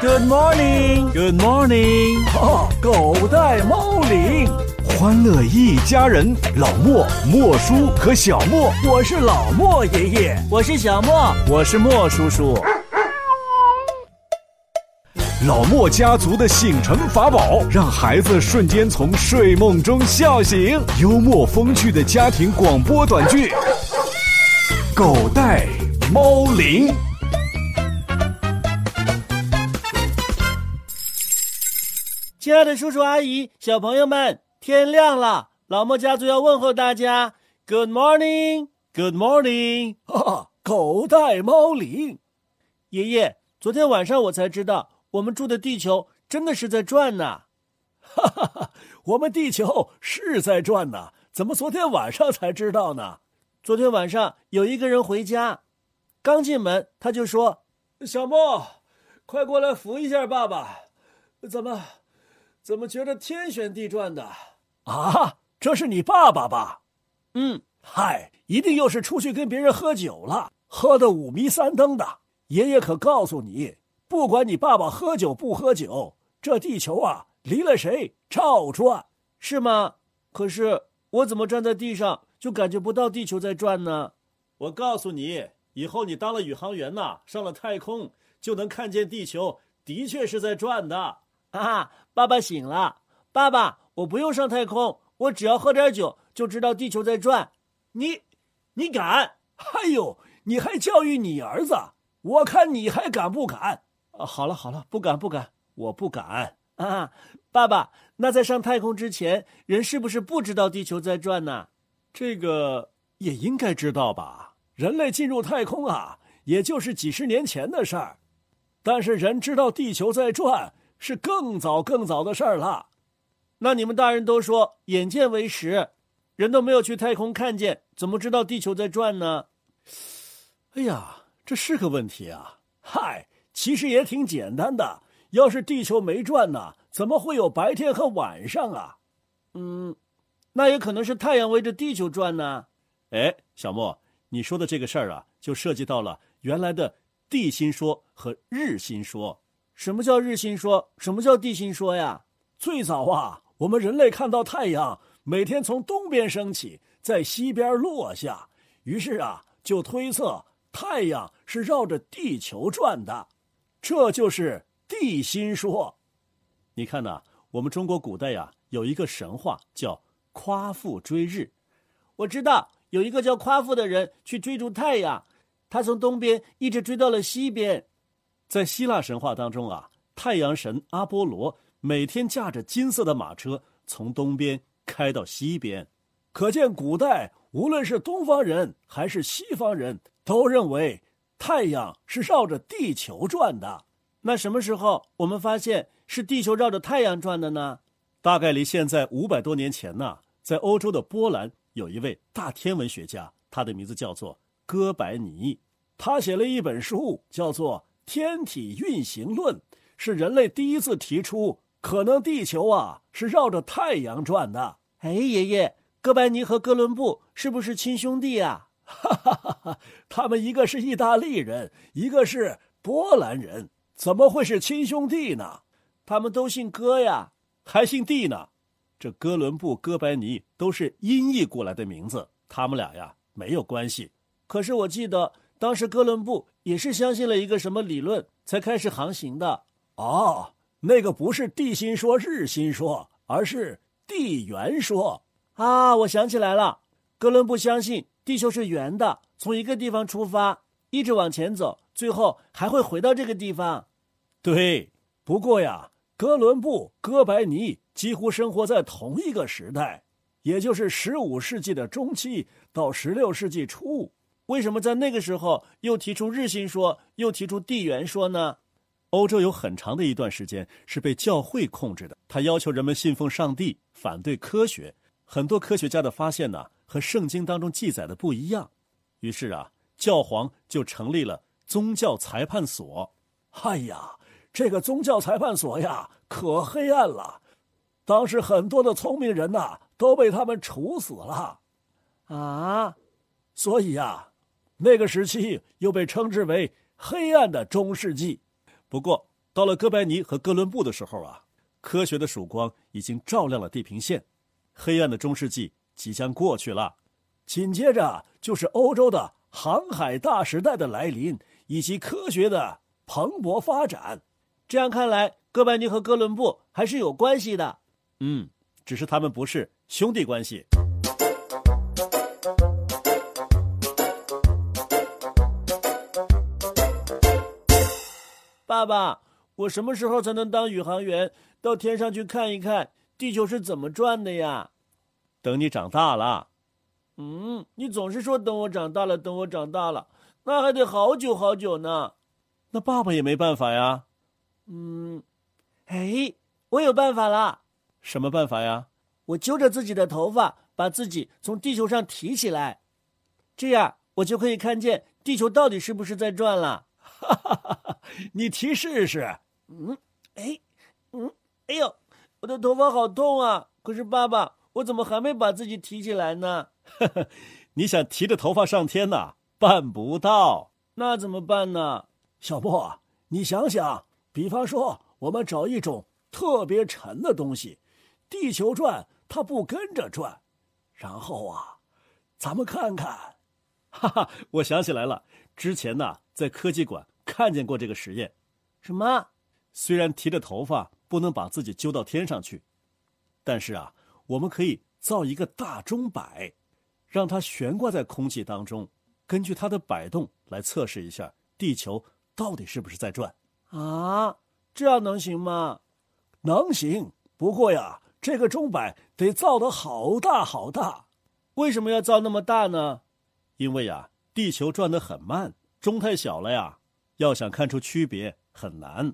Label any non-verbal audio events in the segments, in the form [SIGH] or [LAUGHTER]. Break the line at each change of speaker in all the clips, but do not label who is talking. Good morning，Good morning，哦，狗带猫铃，欢乐一家人。老莫、莫叔和小莫，我是老莫爷爷，我是小莫，我是莫叔叔。老莫家族的醒神法宝，让孩子瞬间从睡梦中笑醒。幽默风趣的家庭广播短剧，《狗带猫铃》。
亲爱的叔叔阿姨、小朋友们，天亮了，老莫家族要问候大家。Good morning，Good morning。
啊，狗带猫铃。
爷爷，昨天晚上我才知道，我们住的地球真的是在转呐。
我们地球是在转呐，怎么昨天晚上才知道呢？
昨天晚上有一个人回家，刚进门他就说
小莫，快过来扶一下爸爸。怎么，怎么觉得天旋地转的？啊，这是你爸爸吧？：“
嗯，
嗨，一定又是出去跟别人喝酒了，喝得五迷三瞪的。爷爷可告诉你，不管你爸爸喝酒不喝酒，这地球啊，离了谁照转。
是吗？可是我怎么站在地上就感觉不到地球在转呢？”我告诉你，以后你当了宇航员呐、上了太空就能看见地球的确是在转的啊！爸爸醒了，爸爸，我不用上太空，我只要喝点酒就知道地球在转。你，你敢？
哎呦，你还教育你儿子？我看你还敢不敢？
啊，好了好了，不敢不敢，我不敢啊！爸爸，那在上太空之前，人是不是不知道地球在转呢？
这个也应该知道吧？人类进入太空啊，也就是几十年前的事儿，但是人知道地球在转是更早更早的事儿了。
那你们大人都说眼见为实，人都没有去太空看见，怎么知道地球在转呢？
哎呀，这是个问题啊！嗨，其实也挺简单的。要是地球没转呢，怎么会有白天和晚上啊？
那也可能是太阳围着地球转呢。哎，小莫，你说的这个事儿啊，就涉及到了原来的地心说和日心说。什么叫日心说？什么叫地心说呀？
最早啊，我们人类看到太阳每天从东边升起，在西边落下，于是啊，就推测太阳是绕着地球转的，这就是地心说。
你看呐、我们中国古代呀、有一个神话叫夸父追日。我知道有一个叫夸父的人去追逐太阳，他从东边一直追到了西边。在希腊神话当中啊，太阳神阿波罗每天驾着金色的马车从东边开到西边。
可见古代无论是东方人还是西方人，都认为太阳是绕着地球转的。
那什么时候我们发现是地球绕着太阳转的呢？大概离现在五百多年前呐、在欧洲的波兰有一位大天文学家，他的名字叫做哥白尼。
他写了一本书，叫做《天体运行论》，是人类第一次提出可能地球啊是绕着太阳转的。
哎，爷爷，哥白尼和哥伦布是不是亲兄弟啊？ [LAUGHS]
他们一个是意大利人，一个是波兰人，怎么会是亲兄弟呢？
他们都姓哥呀，还姓弟呢。这哥伦布、哥白尼都是音译过来的名字，他们俩呀没有关系。可是我记得当时哥伦布也是相信了一个什么理论才开始航行的。
哦，那个不是地心说、日心说，而是地缘说。
啊，我想起来了，哥伦布相信地球是圆的，从一个地方出发，一直往前走，最后还会回到这个地方。
对，不过呀，哥伦布、哥白尼几乎生活在同一个时代，也就是十五世纪的中期到十六世纪初。
为什么在那个时候又提出日心说，又提出地缘说呢？欧洲有很长的一段时间是被教会控制的，它要求人们信奉上帝，反对科学。很多科学家的发现呢、和圣经当中记载的不一样。于是啊，教皇就成立了宗教裁判所。
哎呀，这个宗教裁判所呀，可黑暗了。当时很多的聪明人呐、都被他们处死了。
啊，
所以啊呀，那个时期又被称之为黑暗的中世纪。
不过，到了哥白尼和哥伦布的时候啊，科学的曙光已经照亮了地平线，黑暗的中世纪即将过去了。
紧接着就是欧洲的航海大时代的来临，以及科学的蓬勃发展。
这样看来，哥白尼和哥伦布还是有关系的。
嗯，只是他们不是兄弟关系。
爸爸，我什么时候才能当宇航员，到天上去看一看地球是怎么转的呀？
等你长大了。
嗯，你总是说等我长大了，等我长大了，那还得好久好久呢。
那爸爸也没办法呀。
嗯，哎，我有办法啦！
什么办法呀？
我揪着自己的头发，把自己从地球上提起来，这样我就可以看见地球到底是不是在转
[LAUGHS]
了。
哈哈哈哈你提试试。
嗯，哎，嗯，哎呦，我的头发好痛啊！可是爸爸，我怎么还没把自己提起来呢？ [LAUGHS]
你想提着头发上天呐、啊？办不到。
那怎么办呢？
小莫，啊你想想，比方说，我们找一种特别沉的东西，地球转它不跟着转，然后啊，咱们看看。
哈哈，我想起来了，之前呢、啊，在科技馆看见过这个实验。
什么？
虽然提着头发不能把自己揪到天上去，但是啊，我们可以造一个大钟摆，让它悬挂在空气当中，根据它的摆动来测试一下地球到底是不是在转。
啊，这样能行吗？
能行，不过呀，这个钟摆得造的好大好大。
为什么要造那么大呢？
因为呀，地球转得很慢，钟太小了呀，要想看出区别很难。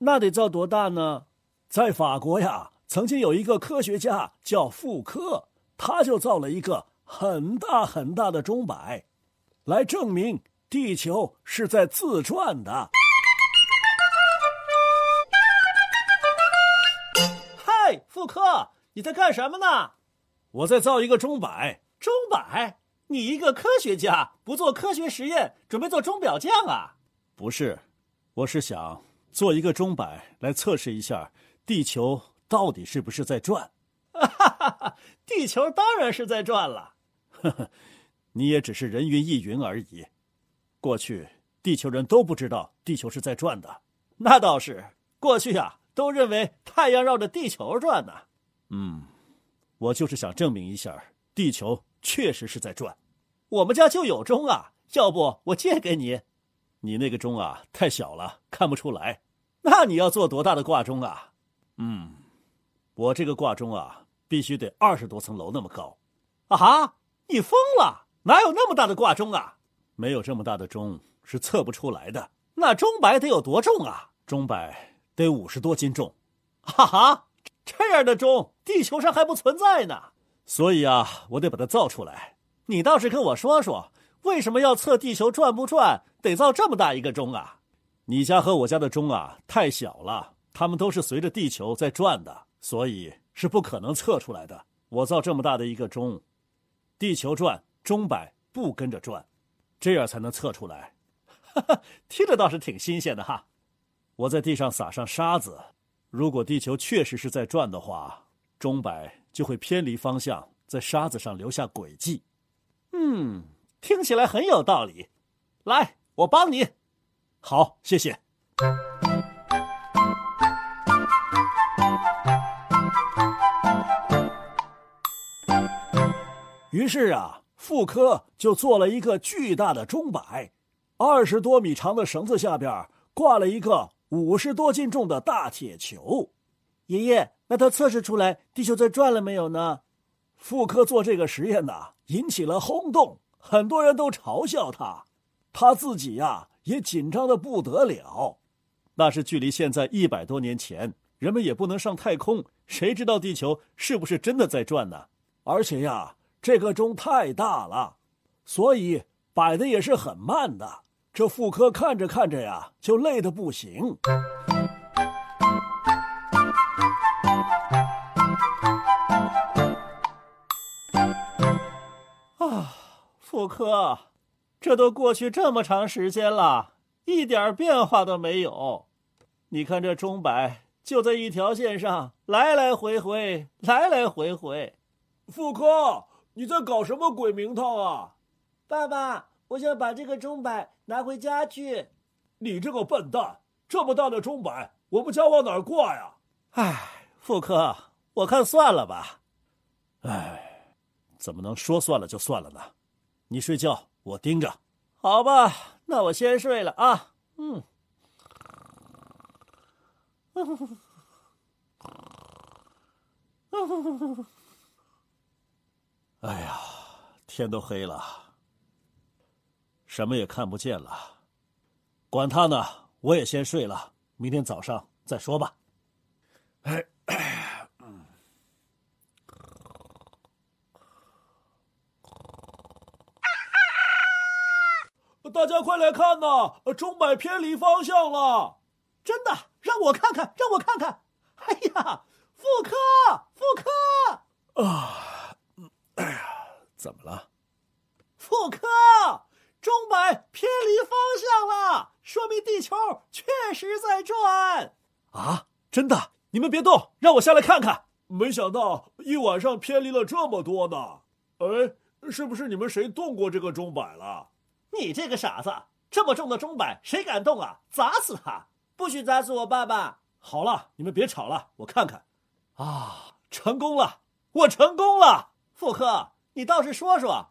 那得造多大呢？
在法国呀，曾经有一个科学家叫傅柯，他就造了一个很大很大的钟摆，来证明地球是在自转的。
嗨，傅柯，你在干什么呢？
我在造一个钟摆。
钟摆？你一个科学家不做科学实验，准备做钟表匠啊？
不是，我是想做一个钟摆来测试一下地球到底是不是在转。
哈哈哈！ [LAUGHS] 地球当然是在转了。
呵呵， [LAUGHS] 你也只是人云亦云而已。过去地球人都不知道地球是在转的。
那倒是，过去啊都认为太阳绕着地球转呢、啊。
嗯，我就是想证明一下地球。确实是在转，
我们家就有钟啊，要不我借给你？
你那个钟啊太小了，看不出来。
那你要做多大的挂钟啊？
嗯，我这个挂钟啊，必须得二十多层楼那么高。
啊哈！你疯了？哪有那么大的挂钟啊？
没有这么大的钟是测不出来的。
那钟摆得有多重啊？
钟摆得五十多斤重。
哈哈，这样的钟地球上还不存在呢。
所以啊，我得把它造出来。
你倒是跟我说说，为什么要测地球转不转，得造这么大一个钟啊？
你家和我家的钟啊太小了，它们都是随着地球在转的，所以是不可能测出来的。我造这么大的一个钟，地球转，钟摆不跟着转，这样才能测出来。 [LAUGHS]
哈哈，听着倒是挺新鲜的哈。
我在地上撒上沙子，如果地球确实是在转的话，钟摆。就会偏离方向，在沙子上留下轨迹。
嗯，听起来很有道理。来，我帮你。
好，谢谢。
于是啊，傅科就做了一个巨大的钟摆，二十多米长的绳子下边挂了一个五十多斤重的大铁球。
爷爷，那他测试出来地球在转了没有呢？
傅科做这个实验呐、啊，引起了轰动，很多人都嘲笑他，他自己呀、啊、也紧张的不得了。
那是距离现在一百多年前，人们也不能上太空，谁知道地球是不是真的在转呢？
而且呀、啊，这个钟太大了，所以摆的也是很慢的。这傅科看着看着呀，就累得不行。
傅科，这都过去这么长时间了，一点变化都没有。
你看这钟摆就在一条线上，来来回回，来来回回。
富康，你在搞什么鬼名堂啊？
爸爸，我想把这个钟摆拿回家去。
你这个笨蛋，这么大的钟摆，我们家往哪儿挂呀？
唉，富科，我看算了吧。
唉，怎么能说算了就算了呢？你睡觉，我盯着。
好吧，那我先睡了啊。嗯。
哎呀，天都黑了，什么也看不见了。管他呢，我也先睡了，明天早上再说吧。哎，嗯、
大家快来看呐，呃钟摆偏离方向了！
真的，让我看看，让我看看。哎呀，妇科，妇科
啊！哎呀，怎么了？
妇科，钟摆偏离方向了，说明地球确实在转。
啊，真的！你们别动，让我下来看看。
没想到一晚上偏离了这么多呢。哎，是不是你们谁动过这个钟摆了？
你这个傻子，这么重的钟摆谁敢动啊？砸死他！不许砸死我爸爸！
好了，你们别吵了，我看看。
啊，
成功了！我成功了！
富科，你倒是说说，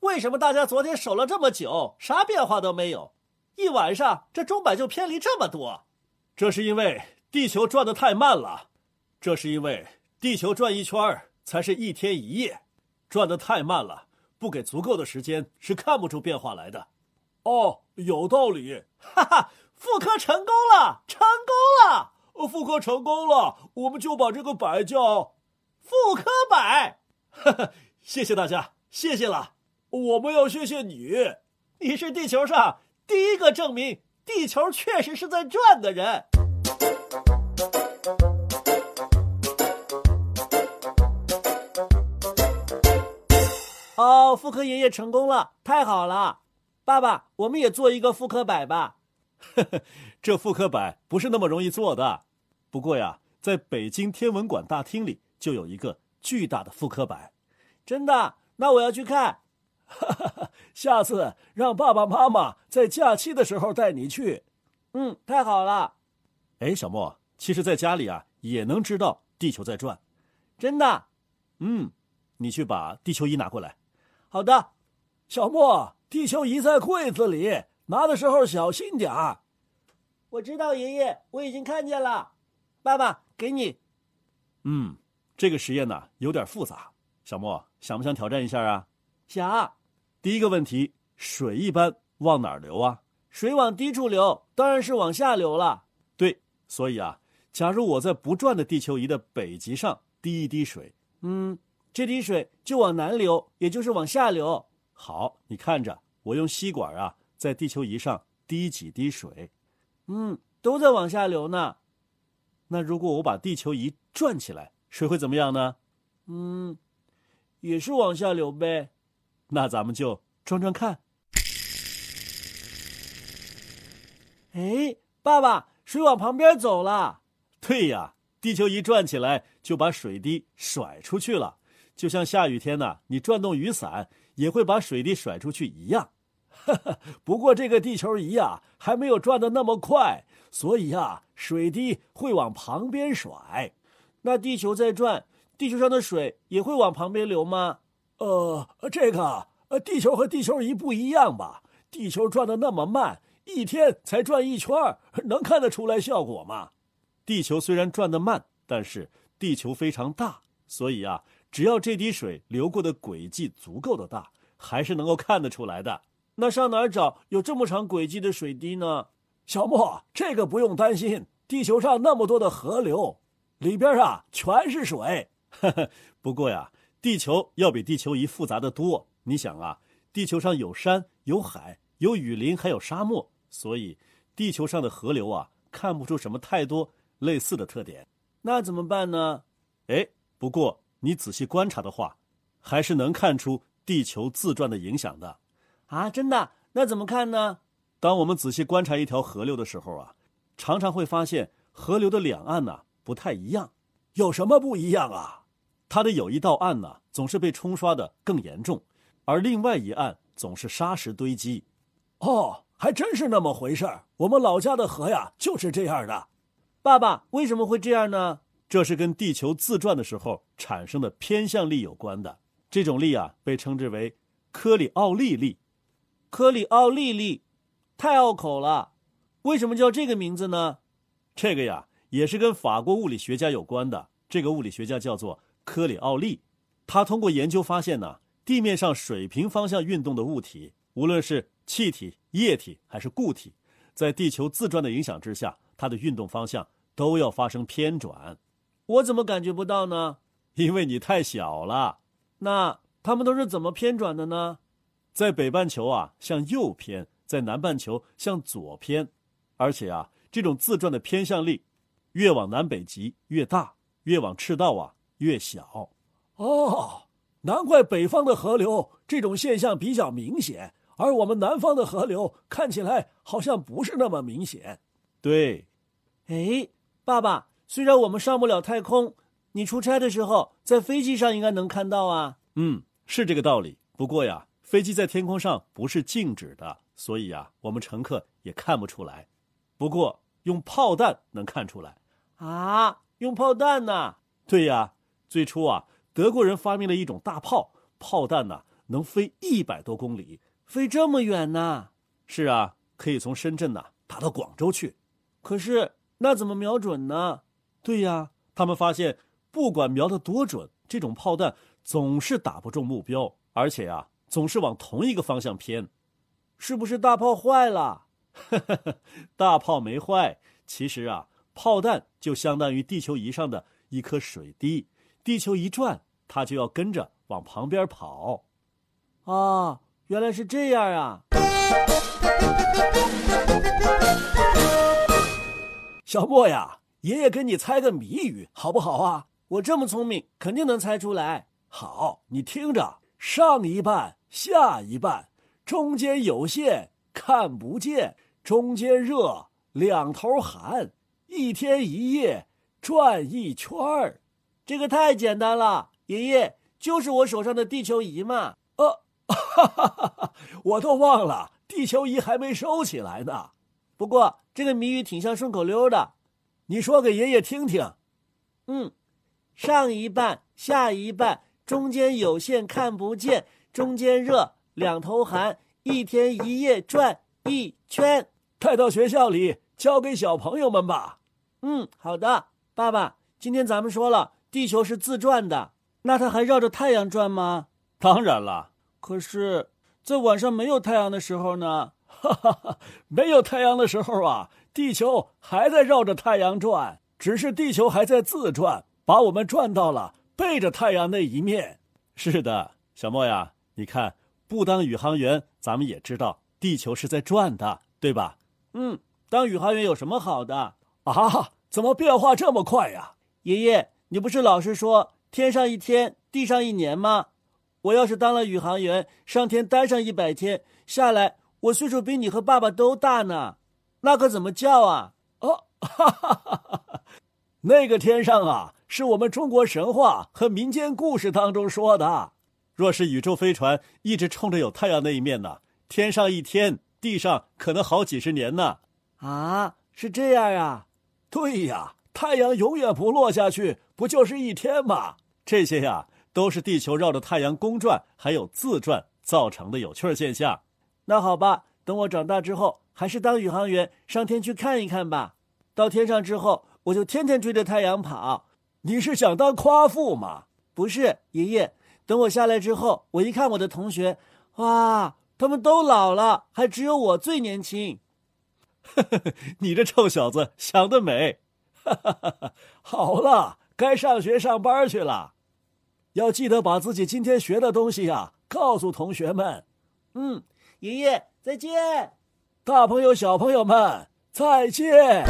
为什么大家昨天守了这么久，啥变化都没有？一晚上这钟摆就偏离这么多？
这是因为地球转得太慢了。这是因为地球转一圈才是一天一夜，转得太慢了，不给足够的时间是看不出变化来的。
哦，有道理。
哈哈。妇科成功了，成功了！
妇科成功了，我们就把这个摆叫
“妇科摆”。
哈哈，谢谢大家，谢谢了。
我们要谢谢你，
你是地球上第一个证明地球确实是在转的人。哦，妇科爷爷成功了，太好了！爸爸，我们也做一个妇科摆吧。 [LAUGHS]
呵呵，这复刻版不是那么容易做的。不过呀，在北京天文馆大厅里就有一个巨大的复刻版，
真的？那我要去看。 [LAUGHS]
下次让爸爸妈妈在假期的时候带你去。
嗯，太好了。
哎，小莫，其实在家里啊也能知道地球在转，
真的？
嗯，你去把地球仪拿过来。
好的，
小莫，地球仪在柜子里。拿的时候小心点儿。
我知道，爷爷，我已经看见了。爸爸，给你。
嗯，这个实验呢有点复杂，小莫想不想挑战一下啊？
想。
第一个问题，水一般往哪儿流啊？
水往低处流，当然是往下流了。
对，所以啊，假如我在不转的地球仪的北极上滴一滴水，
嗯，这滴水就往南流，也就是往下流。
好，你看着，我用吸管啊。在地球仪上滴几滴水，
嗯，都在往下流呢。
那如果我把地球仪转起来，水会怎么样呢？
嗯，也是往下流呗。
那咱们就转转看。
哎，爸爸，水往旁边走了。
对呀，地球仪转起来就把水滴甩出去了，就像下雨天呢、啊，你转动雨伞也会把水滴甩出去一样。
哈哈， [LAUGHS] 不过这个地球仪啊，还没有转的那么快，所以啊，水滴会往旁边甩。
那地球在转，地球上的水也会往旁边流吗？
呃，这个，呃，地球和地球仪不一样吧？地球转的那么慢，一天才转一圈，能看得出来效果吗？
地球虽然转得慢，但是地球非常大，所以啊，只要这滴水流过的轨迹足够的大，还是能够看得出来的。
那上哪儿找有这么长轨迹的水滴呢？
小莫，这个不用担心。地球上那么多的河流，里边啊全是水。
[LAUGHS] 不过呀，地球要比地球仪复杂的多。你想啊，地球上有山、有海、有雨林，还有沙漠，所以地球上的河流啊，看不出什么太多类似的特点。
那怎么办呢？
哎，不过你仔细观察的话，还是能看出地球自转的影响的。
啊，真的？那怎么看呢？
当我们仔细观察一条河流的时候啊，常常会发现河流的两岸呐、不太一样，
有什么不一样啊？
它的有一道岸呐、总是被冲刷的更严重，而另外一岸总是沙石堆积。
哦，还真是那么回事儿。我们老家的河呀，就是这样的。
爸爸为什么会这样呢？这是跟地球自转的时候产生的偏向力有关的。这种力啊，被称之为科里奥利力。
科里奥利利，太拗口了，为什么叫这个名字呢？
这个呀，也是跟法国物理学家有关的。这个物理学家叫做科里奥利，他通过研究发现呢、地面上水平方向运动的物体，无论是气体、液体还是固体，在地球自转的影响之下，它的运动方向都要发生偏转。
我怎么感觉不到呢？
因为你太小了，
那他们都是怎么偏转的呢？
在北半球啊向右偏，在南半球向左偏，而且啊，这种自转的偏向力，越往南北极越大，越往赤道啊越小。
哦，难怪北方的河流这种现象比较明显，而我们南方的河流看起来好像不是那么明显。
对，
哎，爸爸，虽然我们上不了太空，你出差的时候在飞机上应该能看到啊。
嗯，是这个道理。不过呀，飞机在天空上不是静止的，所以呀，我们乘客也看不出来。不过用炮弹能看出来。
啊，用炮弹呐、
对呀，最初啊，德国人发明了一种大炮，炮弹呐能飞一百多公里。
飞这么远呐、
是啊，可以从深圳呐打到广州去。
可是那怎么瞄准呢？
对呀，他们发现不管瞄得多准，这种炮弹总是打不中目标，而且啊，总是往同一个方向偏。
是不是大炮坏了？
[LAUGHS] 大炮没坏，其实啊，炮弹就相当于地球仪上的一颗水滴，地球一转，它就要跟着往旁边跑。
啊，原来是这样啊！
小莫呀，爷爷给你猜个谜语好不好啊？
我这么聪明，肯定能猜出来。
好，你听着，上一半，下一半，中间有线，看不见，中间热，两头寒，一天一夜转一圈儿。
这个太简单了，爷爷就是我手上的地球仪嘛。
哦 [LAUGHS] 哈哈哈哈，我都忘了，地球仪还没收起来呢。
不过这个谜语挺像顺口溜的。
你说给爷爷听听。
嗯，上一半，下一半，中间有线看不见，中间热，两头寒，一天一夜转一圈。
带到学校里教给小朋友们吧。
嗯，好的，爸爸。今天咱们说了，地球是自转的，那它还绕着太阳转吗？
当然了，
可是，在晚上没有太阳的时候
[LAUGHS]
呢？
没有太阳的时候啊，地球还在绕着太阳转，只是地球还在自转，把我们转到了背着太阳那一面。
是的，小莫呀，你看，不当宇航员，咱们也知道地球是在转的，对吧？
嗯，当宇航员有什么好的？
啊，怎么变化这么快呀、
爷爷，你不是老是说天上一天，地上一年吗？我要是当了宇航员，上天待上一百天，下来我岁数比你和爸爸都大呢，那可怎么叫啊？
哦 [LAUGHS]
那个天上啊，是我们中国神话和民间故事当中说的。
若是宇宙飞船一直冲着有太阳那一面呢，天上一天，地上可能好几十年呢。
啊，是这样啊，
对呀，太阳永远不落下去，不就是一天吗？
这些呀，都是地球绕着太阳公转还有自转造成的有趣儿现象。
那好吧，等我长大之后，还是当宇航员上天去看一看吧。到天上之后，我就天天追着太阳跑。
你是想当夸父吗？
不是，爷爷，等我下来之后，我一看我的同学，哇，他们都老了，还只有我最年轻。 [LAUGHS]
你这臭小子想得美！
[LAUGHS]
好了，该上学上班去了，要记得把自己今天学的东西啊告诉同学们。
嗯，爷爷再见。
大朋友、小朋友们，再见。